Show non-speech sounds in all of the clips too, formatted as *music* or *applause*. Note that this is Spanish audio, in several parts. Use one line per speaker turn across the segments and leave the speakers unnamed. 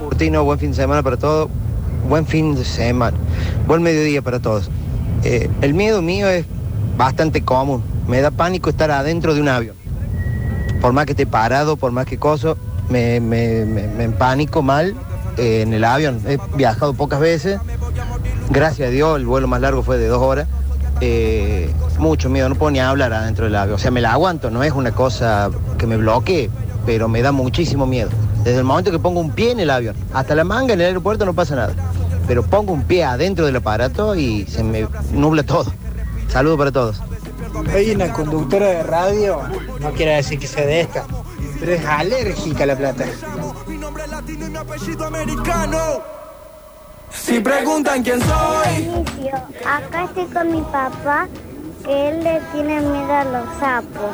Curtino, buen fin de semana para todos. Buen fin de semana. Buen mediodía para todos. Eh, el miedo mío es bastante común. Me da pánico estar adentro de un avión. Por más que esté parado, por más que coso, me, me, me, me empánico mal eh, en el avión. He viajado pocas veces. Gracias a Dios, el vuelo más largo fue de dos horas. Eh, mucho miedo, no puedo ni hablar adentro del avión. O sea, me la aguanto, no es una cosa que me bloquee, pero me da muchísimo miedo. Desde el momento que pongo un pie en el avión, hasta la manga en el aeropuerto no pasa nada. Pero pongo un pie adentro del aparato y se me nubla todo. Saludos para todos.
Hay una conductora de radio, no quiero decir que sea de esta, pero es alérgica a la plata.
Mi nombre es latino y mi apellido americano. Si preguntan quién soy.
Acá estoy con mi papá, que él le tiene miedo a los sapos.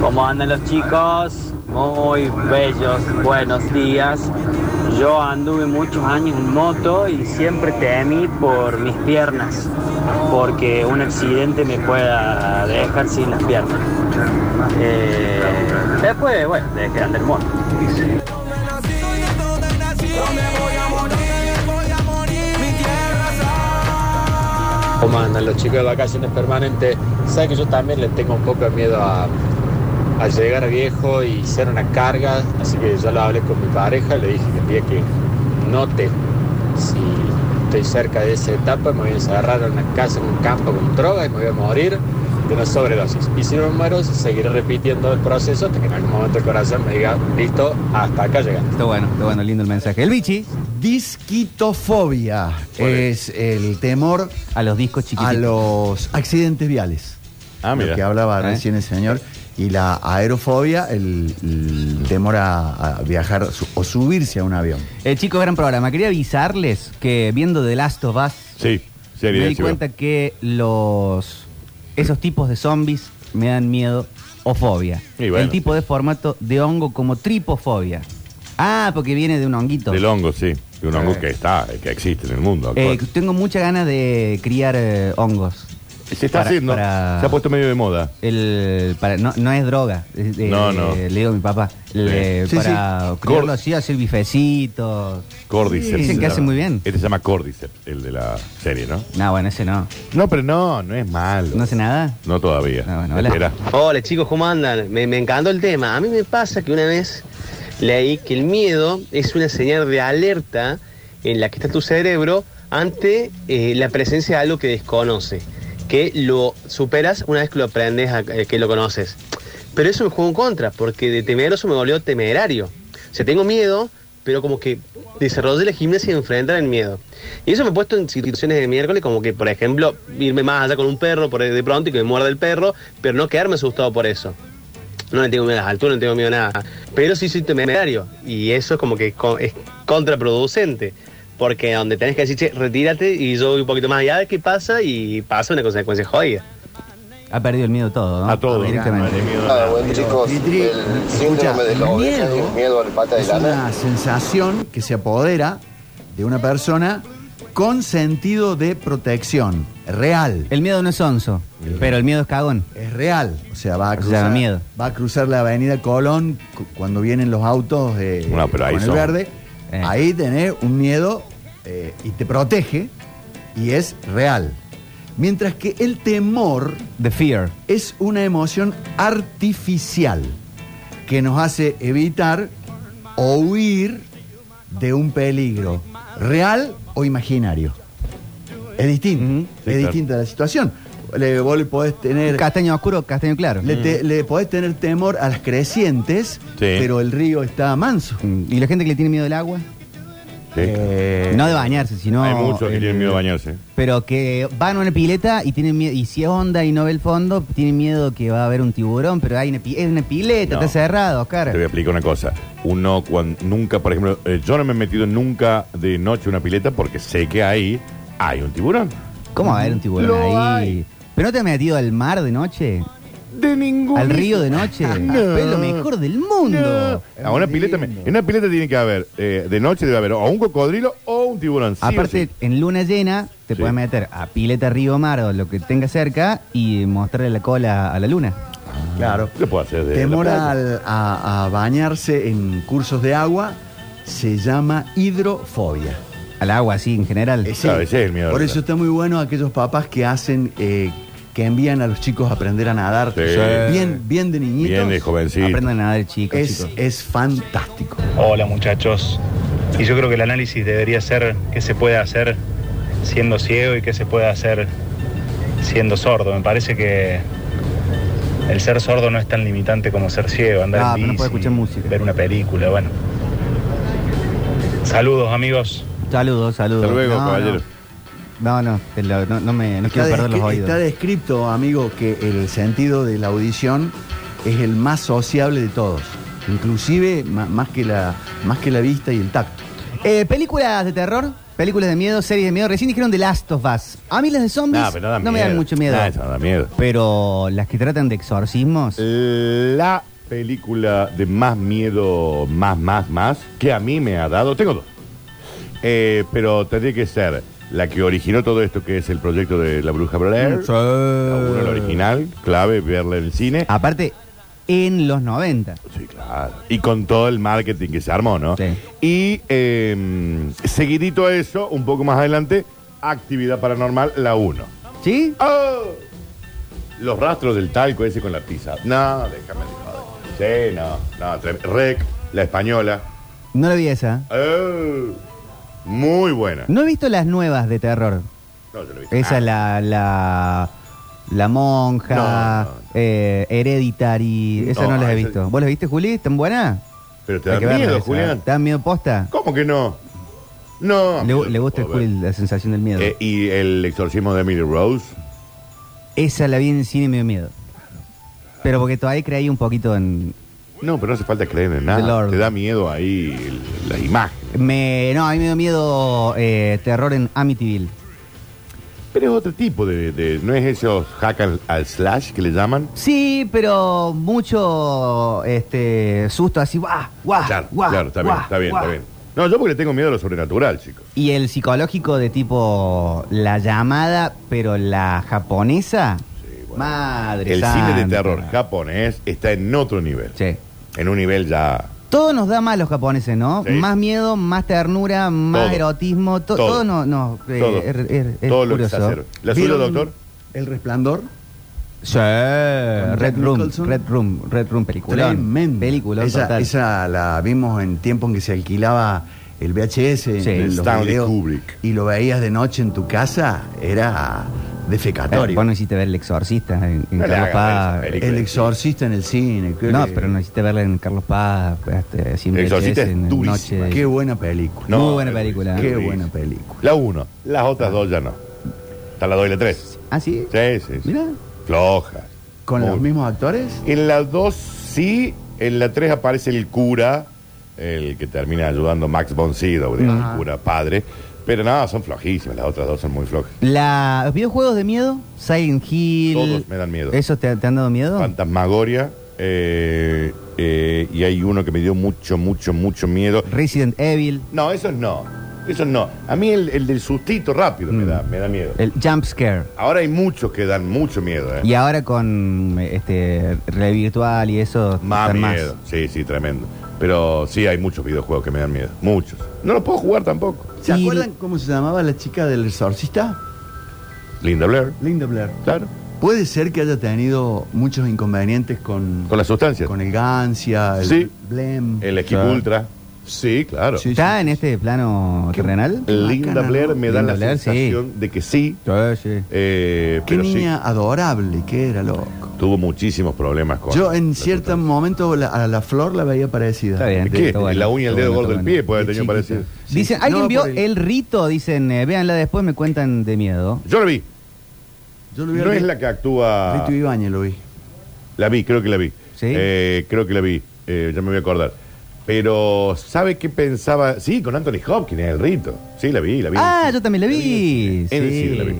¿Cómo andan los chicos? Muy bellos, buenos días. Yo anduve muchos años en moto y siempre temí por mis piernas, porque un accidente me pueda dejar sin las piernas. Eh, después, bueno, dejé de andar en moto.
¿Cómo andan los chicos de vacaciones permanentes? Sabes que yo también le tengo un poco de miedo a, a llegar viejo y ser una carga, así que ya lo hablé con mi pareja, le dije que el día que note si estoy cerca de esa etapa, me voy a encerrar en una casa, en un campo con droga y me voy a morir de una sobredosis. Y si no me muero, seguiré repitiendo el proceso hasta que en algún momento el corazón me diga, listo, hasta acá llegaste.
Está bueno, está bueno, lindo el mensaje. El bichi
Disquitofobia
Joder.
es el temor
a los discos
a
chiquititos.
los accidentes viales.
Ah,
Lo
mira.
que hablaba
¿Eh?
recién el señor. Y la aerofobia, el, el temor a, a viajar su- o subirse a un avión.
Eh, chicos, gran programa. Quería avisarles que viendo The Last of Us,
Sí, serie
me
de
di
HBO.
cuenta que los esos tipos de zombies me dan miedo o fobia.
Y bueno.
El tipo de formato de hongo como tripofobia. Ah, porque viene de un honguito.
Del hongo, sí. De un
Sí.
hongo que está, que existe en el mundo.
Eh,
actual.
tengo muchas ganas de criar eh, hongos.
se está
para-
haciendo.
para-
Se ha puesto medio de moda.
El, para, no, no es droga. es- eh,
No, no.
Le digo a mi papá. le-
Sí,
para
sí.
criarlo
Cor-
así, hacer bifecitos.
Cordyceps.
Dicen
se
que hace
llama.
muy bien.
Este se llama Cordyceps, el de la serie, ¿no?
No, bueno, ese no.
No, pero no, no es malo.
¿No hace nada?
No todavía.
No, bueno, hola.
Espera.
Hola chicos, ¿cómo andan? Me, me encantó el tema. A mí me pasa que una vez leí que el miedo es una señal de alerta en la que está tu cerebro ante eh, la presencia de algo que desconoce, que lo superas una vez que lo aprendes, a- eh, que lo conoces. Pero eso me jugó en contra, porque de temeroso me volvió temerario. O sea, tengo miedo, pero como que desarrollé la gimnasia y enfrentar el miedo. Y eso me ha puesto en situaciones de miércoles, como que, por ejemplo, irme más allá con un perro por de pronto y que me muerda el perro, pero no quedarme asustado por eso. No le tengo miedo a las alturas, no tengo miedo a nada. Pero sí soy temerario. Y eso es como que co- es contraproducente. Porque donde tenés que decir, che, retírate y yo voy un poquito más allá de qué pasa y pasa una consecuencia jodida.
Ha perdido el miedo todo, ¿no?
A todo.
Directamente.
Vale, miedo.
Nada, buen chicos,
Vitri,
el síndrome
escucha,
de la
el
oveja y
miedo
el miedo al pata de
es
lana.
una sensación que se apodera de una persona con sentido de protección. Real.
El miedo no es onzo, pero el miedo es cagón.
Es real. O sea, va a
O sea,
cruzar,
da miedo.
Va a cruzar la avenida Colón cu- cuando vienen los autos eh,
Bueno, pero ahí
con el
son.
verde.
Eh.
Ahí tenés un miedo eh, y te protege y es real. Mientras que el temor
The fear.
es una emoción artificial que nos hace evitar o huir de un peligro real o imaginario. Es distinto,
Ujú.
es
Sí, claro.
distinta la situación. Le, vos le podés tener...
Castaño oscuro, castaño claro.
Le, te- le podés tener temor a las crecientes,
Sí.
pero el río está manso.
Mm, ¿Y la gente que le tiene miedo al agua?
Sí.
Eh,
no de bañarse, sino...
Hay muchos que
el-
tienen miedo a bañarse.
Pero que van a una pileta y tienen miedo, y si es onda y no ve el fondo, tienen miedo que va a haber un tiburón, pero hay una, pi- es una pileta,
No.
está cerrado,
Te voy a
Oscar.
explicar una cosa. Uno cuan- nunca, por ejemplo, eh, yo no me he metido nunca de noche a una pileta porque sé que ahí hay un tiburón.
¿Cómo va a haber un tiburón
Lo
ahí?
hay.
¿Pero no te has metido al mar de noche?
De ningún.
¿Al río de
*laughs*
noche? Es lo mejor del mundo.
A Ah, una pileta, me- en una pileta tiene que haber, eh, de noche debe haber o un cocodrilo o un tiburón. sí o
Aparte,
sí.
en luna llena te
Sí.
puedes meter a pileta, río, mar o lo que tenga cerca y mostrarle la cola a la luna.
Claro.
¿Qué puedo hacer de
Temor
la playa?
al- a, a bañarse en cursos de agua se llama hidrofobia.
Al agua, sí, en general.
Eh, sí.
Claro, ese es el miedo.
Por eso está muy bueno aquellos papás que hacen, eh, que envían a los chicos a aprender a nadar.
Sí.
Bien, bien de niñitos.
Bien de jovencito.
Aprendan Eh, a nadar, chicos.
Es,
chicos.
es fantástico.
Hola muchachos. Y yo creo que el análisis debería ser qué se puede hacer siendo ciego y qué se puede hacer siendo sordo. Me parece que el ser sordo no es tan limitante como ser ciego, andar
Ah,
en
pero no puede
bici,
escuchar música.
ver una película, bueno. Saludos amigos.
Saludos, saludos.
Hasta luego,
No,
caballero.
No, no, no, te lo- no, no me, no quiero
Está
perder los
descri-
oídos.
Está descrito, amigo, que el sentido de la audición es el más sociable de todos. Inclusive ma- más que la, más que la vista y el tacto.
Eh, películas de terror, películas de miedo, series de miedo. Recién dijeron The Last of Us. A mí las de zombies
Nah, pero da
no me dan
miedo.
mucho miedo.
Nah, eso no Eh, da miedo.
Pero las que tratan de exorcismos.
La película de más miedo, más, más, más, que a mí me ha dado, tengo dos. Eh, pero tendría que ser la que originó todo esto, que es el proyecto de la bruja Blair.
Sí.
La uno, la original, clave, verla en el cine.
Aparte, en los 90.
Sí, claro. Y con todo el marketing que se armó, ¿no?
Sí.
Y eh, seguidito a eso, un poco más adelante, actividad paranormal, la 1.
¿Sí?
¡Oh! Los rastros del talco ese con la tiza. No, déjame de joder. Sí, no, no. trem- Rec, la española.
No la vi esa.
¡Oh! Muy buena.
No he visto las nuevas de terror.
No, yo lo he visto.
Esa
Ah,
la, la, la monja,
No, no, no.
eh, Hereditary. Esa no,
No,
las he
esa-
visto. ¿Vos las viste, Juli? ¿Tan buena?
Pero te
Hay
da
que verlas
miedo,
esa.
Julián.
¿Te dan miedo posta?
¿Cómo que no? No.
Le,
yo
le
no
gusta el
puedo ver.
Juli la sensación del miedo.
Eh, y el exorcismo de Emily Rose.
Esa la vi en cine y me dio miedo. Pero porque todavía creí un poquito en...
No, pero no hace falta creer en
The
nada.
Lord.
Te da miedo ahí el- la imagen.
Me, no, a mí me dio miedo eh, terror en Amityville.
Pero es otro tipo de, de- No es esos hack al, al slash que le llaman.
Sí, pero mucho este susto así, guau, guau,
claro,
Ah, guau,
claro, está bien,
guau,
está bien,
guau.
está bien. No, yo porque le tengo miedo a lo sobrenatural, chicos.
Y el psicológico de tipo la llamada, pero la japonesa, madre
El cine de
santa.
terror japonés está en otro nivel.
Sí.
En un nivel ya.
Todo nos da más los japoneses, ¿no?
Sí.
Más miedo, más ternura, más
Todo.
erotismo, to-
Todo.
todo, no, no, eh,
Todo.
es- es- es
todo lo que
curioso.
exacerba. ¿La suya,
¿Vieron
doctor?
El resplandor.
Sí, Red
Jack
Room,
Nicholson.
Red Room, Red Room, película.
Tremendo.
Película,
esa,
total.
esa la vimos en tiempo en que se alquilaba el VHS.
Sí.
en los
Stanley
videos,
Kubrick.
Y lo veías de noche en tu casa, era
Eh,
defecatorio.
vos no hiciste ver El Exorcista en, en
No le
Carlos
hagas
Paz.
ver esa
el exorcista en el cine. qué-
No, pero no hiciste verla en Carlos Paz, este, sin
El Exorcista
VHS,
es
en
durísima.
noche. de-
Qué buena película.
No,
Muy buena
es
película.
Qué
durísimo.
buena película.
La uno. Las otras dos ya no. Está la dos y la tres.
¿Ah, sí?
Sí, sí. sí.
Mirá.
Flojas.
¿Con
Muy-
los mismos actores?
En la 2 sí, en la 3 aparece el cura, el que termina ayudando Max von Sydow, el
Ajá.
cura padre. Pero nada, son flojísimas, las otras dos son muy flojas.
La, ¿Los videojuegos de miedo? Silent Hill.
Todos me dan miedo.
¿Esos te, te han dado miedo?
Fantasmagoria, eh, eh, y hay uno que me dio mucho, mucho, mucho miedo.
Resident Evil,
No, esos no, esos no. A mí el, el del sustito rápido me,
Mm.
da, me da miedo.
el Jump Scare.
Ahora hay muchos que dan mucho miedo, ¿eh?
Y ahora con este realidad virtual y eso.
Más
están
miedo. Sí, sí, tremendo. Pero sí hay muchos videojuegos que me dan miedo, muchos. No los puedo jugar tampoco.
¿Se
Y-
acuerdan cómo se llamaba la chica del exorcista?
Linda Blair,
Linda Blair.
claro.
Puede ser que haya tenido muchos inconvenientes con,
Con las sustancias.
con el Gancia, el
Sí.
Blem.
El equipo
Claro.
ultra. Sí, claro.
Em, Sí,
¿Está en este plano
Qué-
terrenal?
Linda
Bacana,
Blair
¿no?
me da
Linda
la
Blair, sí.
sensación de que sí.
sí.
eh,
Qué
pero
niña adorable que era, loco.
sí. Tuvo muchísimos problemas con.
Yo en
la
cierto
sustancia.
momento la- a la flor la veía parecida.
Está bien.
¿Qué?
Está bueno,
la uña, el
está
dedo
bueno,
gordo
está
del pie,
bueno.
puede haber
Qué
tenido
chiquita.
parecido.
Sí,
Dicen,
sí.
¿Alguien
No,
vio
por el-
el rito? Dicen, eh, véanla después, me cuentan de miedo.
Yo la vi.
Yo lo vi
No es la que actúa.
Rito Ibañez lo vi.
La vi, creo que la vi.
¿Sí?
Eh, creo que la vi. Eh, ya me voy a acordar. Pero, ¿sabe qué pensaba? Sí, con Anthony Hopkins, en el rito. Sí, la vi, la vi.
Ah, yo también la vi.
Es decir,
Sí.
la vi.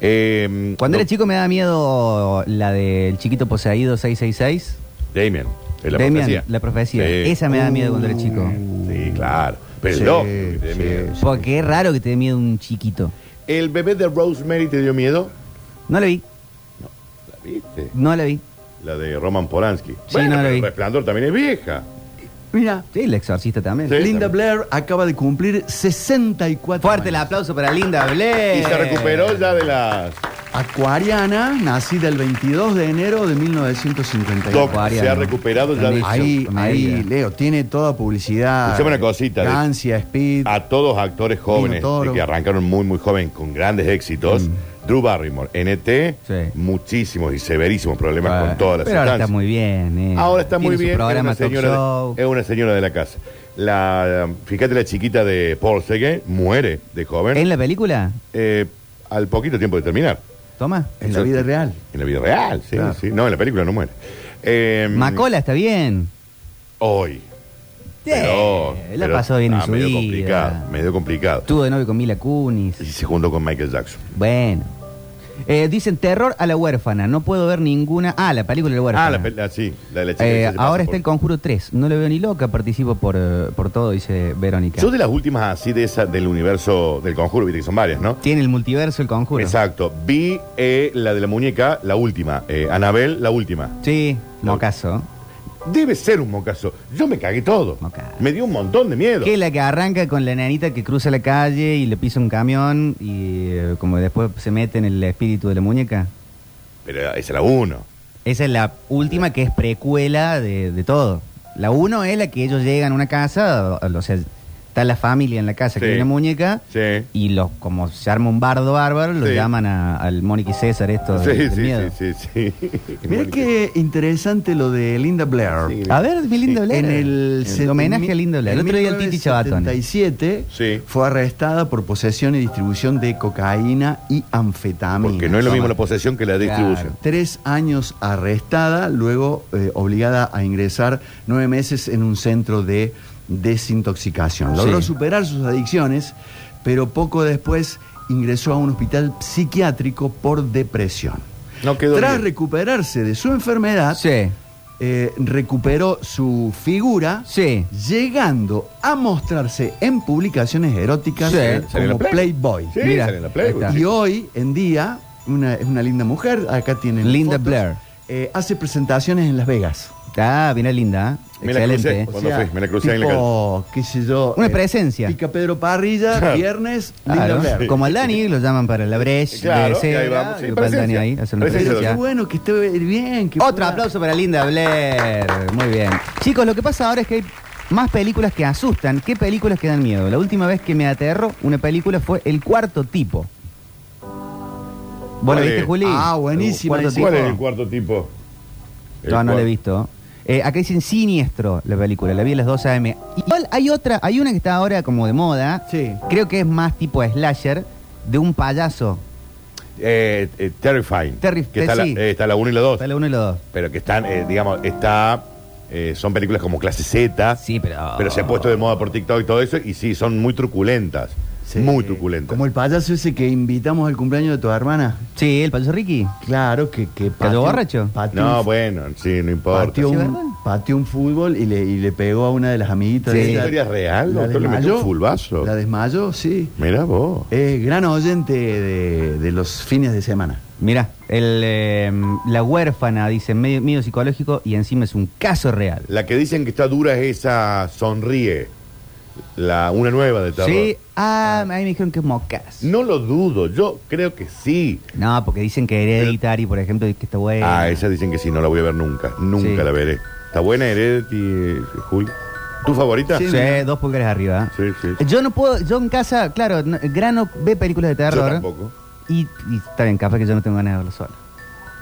Eh,
Cuando
no,
era chico me daba miedo la del chiquito poseído 666.
Damien. eh, La
Demian,
profecía.
la profecía.
Sí. Uh.
Esa me daba miedo cuando era chico.
Sí, claro. Pero
Sí,
es lógico que te dé
sí,
miedo.
sí.
eh, Porque es raro que te dé miedo un chiquito.
¿El bebé de Rosemary te dio miedo?
No la vi,
¿La viste?
no la vi.
La de Roman Polanski.
Sí,
bueno,
no la
pero
vi.
Resplandor también es vieja.
Mira.
Sí, el exorcista también.
Linda Blair acaba de cumplir 64
Fuerte el aplauso para Linda Blair.
Y se recuperó ya de las.
Acuariana, nacida el 22 de enero de 1951.
Doc, se ha recuperado ya de
Ahí, ahí, Leo, tiene toda publicidad.
Escuchame una cosita, Ah, de-
Ansia, Speed.
A todos actores jóvenes
Nino Toro.
y que arrancaron muy, muy joven con grandes éxitos.
Mm.
Drew Barrymore, NT, muchísimos y severísimos problemas con todas las
Pero ahora está
sustancias.
muy bien. eh.
Ahora está
Tiene
muy
su
bien. Es
programa
una,
Talk
señora
Show.
de, Eh, es una señora de la casa. La, fíjate, la chiquita de Paul Seguin muere de joven.
¿En la película?
Eh, al poquito tiempo de terminar.
Toma.
En la vida real.
En la vida real, sí,
Claro.
sí. No, en la película no muere. Eh,
Macola está bien.
Hoy.
Sí,
Pero-
la
pero
pasó bien en
está
su
medio
vida.
complicado, medio complicado.
Estuvo de novio con Mila Kunis.
Y se juntó con Michael Jackson.
Bueno. Eh, dicen terror a la huérfana. No puedo ver ninguna. Ah, la película de la huérfana.
Ah, la, pel- ah, sí, la de la chica que
Eh,
se pasa
ahora está
por-
el conjuro 3. No lo veo ni loca. Participo por, eh, por todo, dice Verónica.
Yo de las últimas así de esa del universo del conjuro, viste que son varias, ¿no?
Tiene el multiverso el conjuro.
Exacto. Vi eh, la de la muñeca, la última. Eh, Anabel, la última.
Sí, mocaso.
Debe ser un mocazo. Yo me cagué todo. Me dio un montón de miedo.
Que es la que arranca con la nenita que cruza la calle y le pisa un camión y eh, como después se mete en el espíritu de la muñeca.
Pero esa la uno.
Esa es la última que es precuela de, de todo. La uno es la que ellos llegan a una casa, o, o sea, está la familia en la casa que
Sí.
hay una muñeca
Sí.
y los como se arma un bardo bárbaro, los
Sí.
llaman a- al Mónica y César esto de-
Sí,
del
sí,
miedo.
sí, sí,
*laughs*
sí.
Mira qué interesante lo de Linda Blair.
Ah,
A ver, mi Linda Blair.
En el,
El homenaje a Linda Blair. El otro día el Titi Chabatón.
En 1977 fue arrestada por posesión y distribución de cocaína y anfetamina.
Porque no es lo mismo la posesión que la distribución.
Tres años arrestada, luego eh, obligada a ingresar nueve meses en un centro de desintoxicación. Logró
Sí.
superar sus adicciones, pero poco después ingresó a un hospital psiquiátrico por depresión.
No quedó
Tras
bien.
recuperarse de su
Ah,
enfermedad, eh, recuperó su figura, llegando a mostrarse en publicaciones eróticas
Sí.
eh,
Sale en la
como
Play.
Playboy.
Sí, Mira, sale en la Playboy,
ahí está.
sí.
Y hoy en día una, es una linda mujer. Acá tienen
Linda
fotos,
Blair.
eh, hace presentaciones en Las Vegas.
Está bien linda. ¿eh?
Me la
Excelente.
crucé cuando fui, me la crucé en la
tipo, qué sé yo.
Una
eh,
presencia.
Pica Pedro Parrilla,
Claro.
viernes, Linda
Claro,
Blair.
Como al Dani, lo llaman para la Breche.
Claro,
de
y ahí
Cera,
vamos. Sí,
y para el Dani
presencia.
ahí, hacen una
Presencia.
presencia.
Qué bueno que esté bien. que
Otro aplauso para Linda Blair. Muy bien. Chicos, lo que pasa ahora es que hay más películas que asustan que películas que dan miedo. La última vez que me aterró una película fue El Cuarto Tipo. ¿Vos
¿Cuál
la viste,
es?
Juli?
Ah, buenísima
¿Cuarto
esa.
tipo?
¿Cuál es el cuarto tipo? El
No, no la he
cuarto-
visto. Eh, acá dicen Siniestro la película, la vi a las 2 AM. Igual hay otra, hay una que está ahora como de moda.
Sí.
Creo que es más tipo slasher, de un payaso.
Eh, eh, Terrifying.
Terri-
que está,
sí.
la, eh, está la 1 y la 2.
Está la 1 y la 2.
Pero que están, eh, digamos, está. eh, son películas como clase Z.
Sí, pero.
Pero se ha puesto de moda por TikTok y todo eso. Y sí, son muy truculentas. Muy truculentas.
Como el payaso ese que invitamos al cumpleaños de tu hermana.
Sí, el payaso Ricky.
Claro, que... que pateó-
borracho?
pateó
No,
un-
bueno, sí, no importa.
Pateó un, pateó un fútbol y le, y le pegó a una de las amiguitas.
Sí.
de ella.
¿Esa historia es real?
La
¿Doctor? ¿Le metió un
desmayó.
fulbazo?
La desmayó, sí.
Mira vos.
Eh, gran oyente de, de los fines de semana.
Mira, el, eh, la huérfana, dice, medio, medio psicológico y encima es un caso real.
La que dicen que está dura es esa Sonríe. La, una nueva de terror.
Sí, ah, ahí me dijeron que es mocas.
No lo dudo, yo creo que sí.
No, porque dicen que Hereditary, por ejemplo, que está bueno.
Ah, esa dicen que sí, no la voy a ver nunca. Nunca
Sí.
la veré. ¿Está buena Heredity, eh, Juli? ¿Tu favorita?
Sí, dos pulgares arriba. ¿eh?
Sí, sí.
Yo no puedo, yo en casa, claro, no- Grano ve películas de
Yo
terror. ¿eh?
tampoco.
Y, y está bien, capaz que yo no tengo ganas de verlo solo.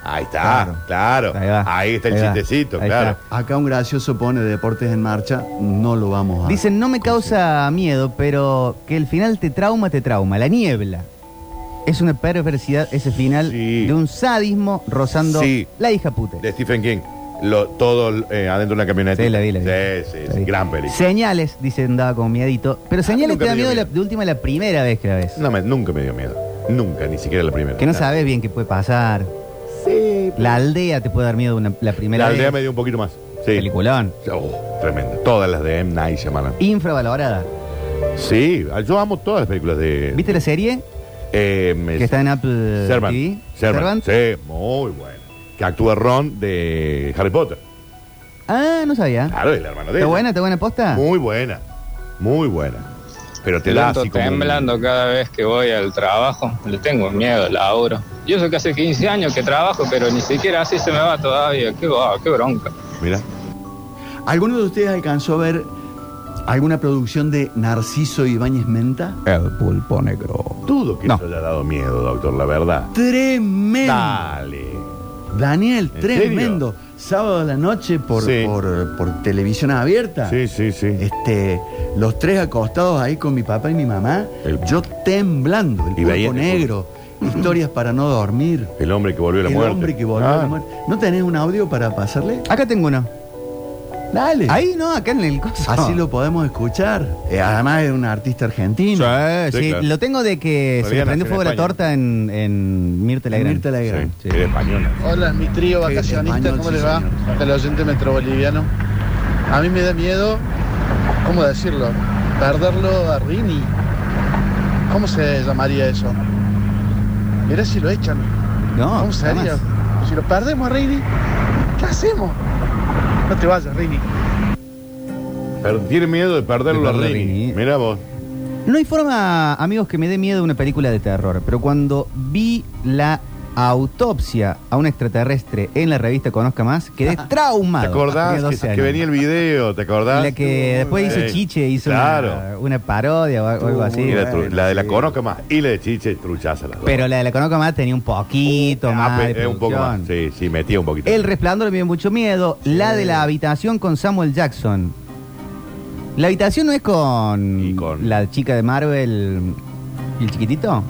Ahí está, claro. Ahí, está el
ahí va,
chistecito,
ahí
claro.
está.
Acá un gracioso pone Deportes en Marcha, no lo vamos a...
Dicen, no me causa miedo, pero que el final te trauma, te trauma. La niebla. Es una perversidad ese final de un sadismo rozando
Sí.
la hija puta.
De Stephen King. Lo, todo eh, adentro de una camioneta.
Sí, la vi, la vi.
Sí, sí, sí, gran película.
Señales, dicen, daba como miedito. Pero señales
Ah, nunca
te da
me dio
miedo, la- de última la primera vez que la ves.
No, me- nunca me dio miedo. Nunca, ni siquiera la primera.
Que no sabes bien qué puede pasar.
Sí.
La aldea te puede dar miedo una- la primera
La aldea
vez.
me dio un poquito más. Sí.
Peliculón.
Oh, tremendo. Todas las de M. Night Shyamalan.
Infravalorada.
Sí, yo amo todas las películas de...
¿Viste la serie
Eh, me-
que está en Apple
Servant.
TV?
Servant.
Servant.
Sí, muy bueno. que actúa Ron de Harry Potter.
Ah, no sabía.
Claro, el hermano
¿Está
de ella.
buena? ¿Está buena posta?
Muy buena, muy buena. Pero te da
Levanto
así como un-
temblando cada vez que voy al trabajo. Le tengo miedo al laburo. Y eso que hace 15 años que trabajo, pero ni siquiera así se me va todavía. Qué, va, qué bronca.
Mira.
¿Alguno de ustedes alcanzó a ver alguna producción de Narciso Ibáñez Menta?
El pulpo negro. Dudo que eso haya dado miedo, doctor, la verdad.
Tremendo.
Dale.
Daniel,
¿En
tremendo. Sábado a la noche por, por, por televisión abierta.
Sí, sí, sí.
Este, los tres acostados ahí con mi papá y mi mamá. Yo temblando, el
Y veía-
cuerpo negro. Historias para no dormir.
El hombre que volvió a la
el
muerte. Ah.
hombre que volvió a la muerte. ¿No tenés un audio para pasarle?
Acá tengo uno.
Dale.
Ahí no, acá en el coso.
Así lo podemos escuchar. Eh, además es un artista argentino.
Sí, sí, lo tengo de que se
Todavía
le prendió
nació en
fuego la
España.
torta en, en Mirta Legrand.
Mirta Legrand.
Sí.
Hola, mi trío vacacionista, ¿cómo les va? Del oyente metroboliviano. A mí me da miedo, ¿cómo decirlo? Perderlo a Rini. ¿Cómo se llamaría eso? Mirá si lo echan.
No,
¿Cómo sería?
jamás.
Si lo perdemos a Rini, ¿qué hacemos? No te vayas, Rini.
Pero tiene miedo de perderlo a Rini. Mira vos.
No hay forma, amigos, que me dé miedo una película de terror, pero cuando vi la autopsia a un extraterrestre en la revista Conozca Más, quedé traumado.
*laughs* ¿Te acordás
Tenía 12
que, que
años.
venía el video? ¿Te acordás?
La que después hizo
Sí.
Chiche, hizo
Claro.
una, una parodia o algo así.
Y la, tru- la de la conoca más. Y la de Chiche, truchaza las dos.
Pero la de la Conozca Más tenía un poquito
Ah,
más.
pe-
de
eh, un poco
producción.
más. Sí, sí, metía un poquito.
El resplandor me dio mucho miedo. La de la habitación con Samuel Jackson. La habitación no es con, la chica de Marvel y el chiquitito.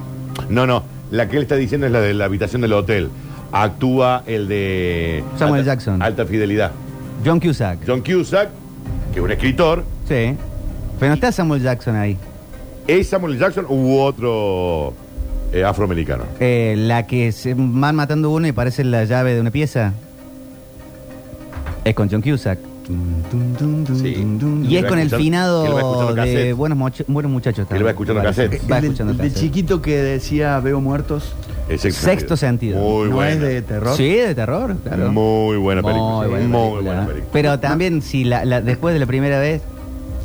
No, no. La que él está diciendo es la de la habitación del hotel. Actúa el de.
Samuel
Alta-
Jackson.
Alta fidelidad.
John Cusack.
John Cusack, que es un escritor.
Sí. Pero no está Samuel Jackson ahí.
¿Es Samuel Jackson u otro eh, afroamericano?
Eh, la que se van matando uno y parece la llave de una pieza. Es con John Cusack. Y es con el
Que lo va
finado
Mm. escuchando
de
cassette.
buenos, moch- buenos muchachos.
Que lo va escuchando
parece.
cassette.
Va
El-
escuchando
el de
cassette.
chiquito que decía veo muertos.
El
Sexto, sentido.
Muy
¿No
buena.
es de terror? Sí, de terror, claro.
Muy buena
Muy
película. Muy
buena
buena,
película.
película.
Pero también, si la, la- después de la primera vez.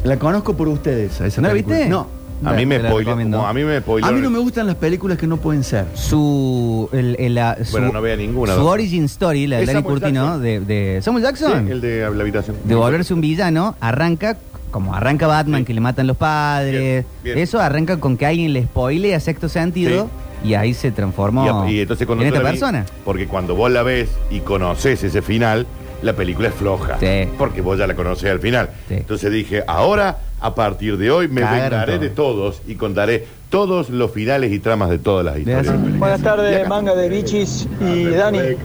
La conozco por ustedes. a esa
¿No la
película.
viste?
No.
A mí me
Te la
spoileó.
recomiendo.
como A mí me spoileó.
A mí no me gustan las películas que no pueden ser.
Su, el- el- la- su-
Bueno, no vea ninguna.
Su
doctor.
origin story, la de
Es
Larry
Samuel
Curtino,
Jackson.
de, de Samuel Jackson.
Sí, el de la habitación.
de volverse un villano, arranca como arranca Batman, que le matan los padres.
Bien, bien.
Eso arranca con que alguien le spoilea sexto sentido y ahí se transformó
Y, y entonces cuando
en
yo
esta
la vi-
persona.
porque cuando vos la ves y conoces ese final, la película es floja. Porque vos ya la conocés al final. Entonces dije, ahora, a partir de hoy, me
Cagaron
vengaré
todo.
de todos y contaré todos los finales y tramas de todas las historias.
Buenas tardes, manga de bichis y Dani. Eh,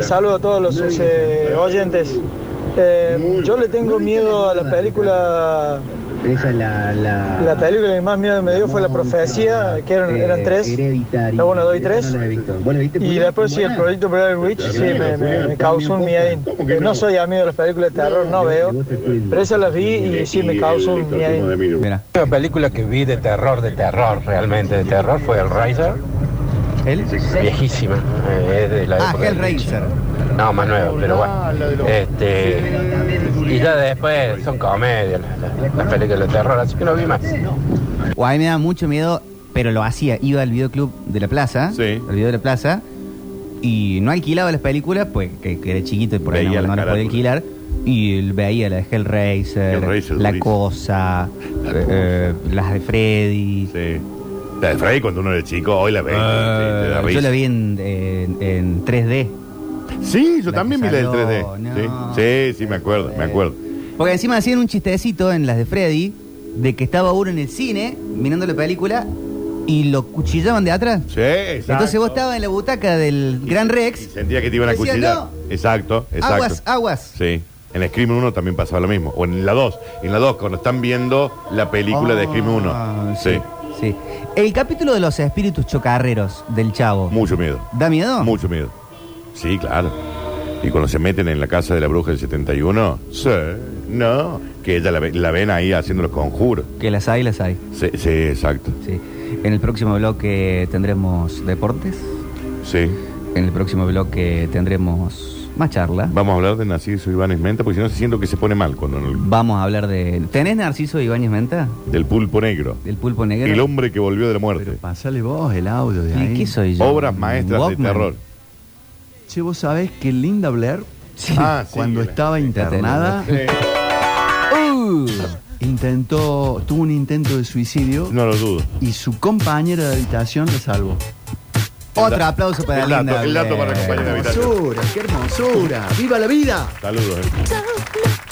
saludo a todos los eh, oyentes. Eh, yo le tengo miedo a la película. La eh, película que más miedo me dio fue La Profecía, que eran, eran tres. Pero bueno, doy tres. Y después sí, el proyecto Blair Witch sí, me, me- me causó un miedo. No soy amigo de las películas de terror, no veo. Pero esas las vi y sí me causó un miedo.
Mira.
La película que vi de terror, de terror, realmente de terror, fue El Riser.
¿El?
Viejísima. eh, es de la
Ah,
época de
Hellraiser.
Lynch. No, más nueva, pero bueno. Este, y ya después son comedias las, las- las películas de terror, así que no vi más.
O a mí me da mucho miedo, pero lo hacía. Iba al videoclub de la plaza, al video de la plaza, y no alquilaba las películas, pues que, que era chiquito y por ahí
Veía
no, no
las
las podía alquilar. Y él veía la de Hellraiser,
Hellraiser,
La
durísimo.
Cosa, eh, las de Freddy.
Sí. La de Freddy cuando uno era chico, hoy la ve. sí, te da
Eh, Ah, yo
risa.
la vi en, en- en 3D.
Sí, yo
La
también
que
vi la del
salió,
3D.
no.
Sí, sí, sí, me acuerdo, me acuerdo.
Porque encima hacían un chistecito en las de Freddy de que estaba uno en el cine mirando la película y lo cuchillaban de atrás.
Sí, exacto.
Entonces vos estabas en la butaca del Gran Rex.
Sentía que te iban a
Decía,
cuchillar.
"No".
Exacto, exacto.
Aguas, aguas.
Sí. En Scream 1 también pasaba lo mismo. O en la 2. En la 2, cuando están viendo la película de Scream 1. Sí.
Ah, Sí. El capítulo de los espíritus chocarreros del chavo.
Mucho miedo.
¿Da miedo?
Mucho miedo. Sí, claro. Y cuando se meten en la casa de la bruja del 71. Sí. No. Que ella la, ve- la ven ahí haciendo los conjuros.
Que las hay, las hay.
Sí, sí, exacto.
Sí. En el próximo bloque tendremos deportes.
Sí.
En el próximo bloque tendremos más charla.
Vamos a hablar de Narciso Ibáñez Menta, porque si no siento que se pone mal cuando no-
Vamos a hablar de. ¿Tenés Narciso Ibáñez Menta?
del pulpo negro.
Del pulpo negro.
El hombre que volvió de la muerte.
Pásale vos el audio de
¿Y
ahí.
qué soy yo?
Obras maestras de
Walkman.
terror.
Che, vos sabés que Linda Blair, *laughs*
Ah, sí,
cuando
la-
estaba internada, Uh, intentó, tuvo un intento de suicidio.
No lo dudo.
Y su compañera de habitación la salvó.
Otro aplauso para
el
Linda.
dato- el dato
Blair.
para la compañera de
¡Qué hermosura! ¡Qué hermosura! ¡Viva la vida!
Saludos. eh.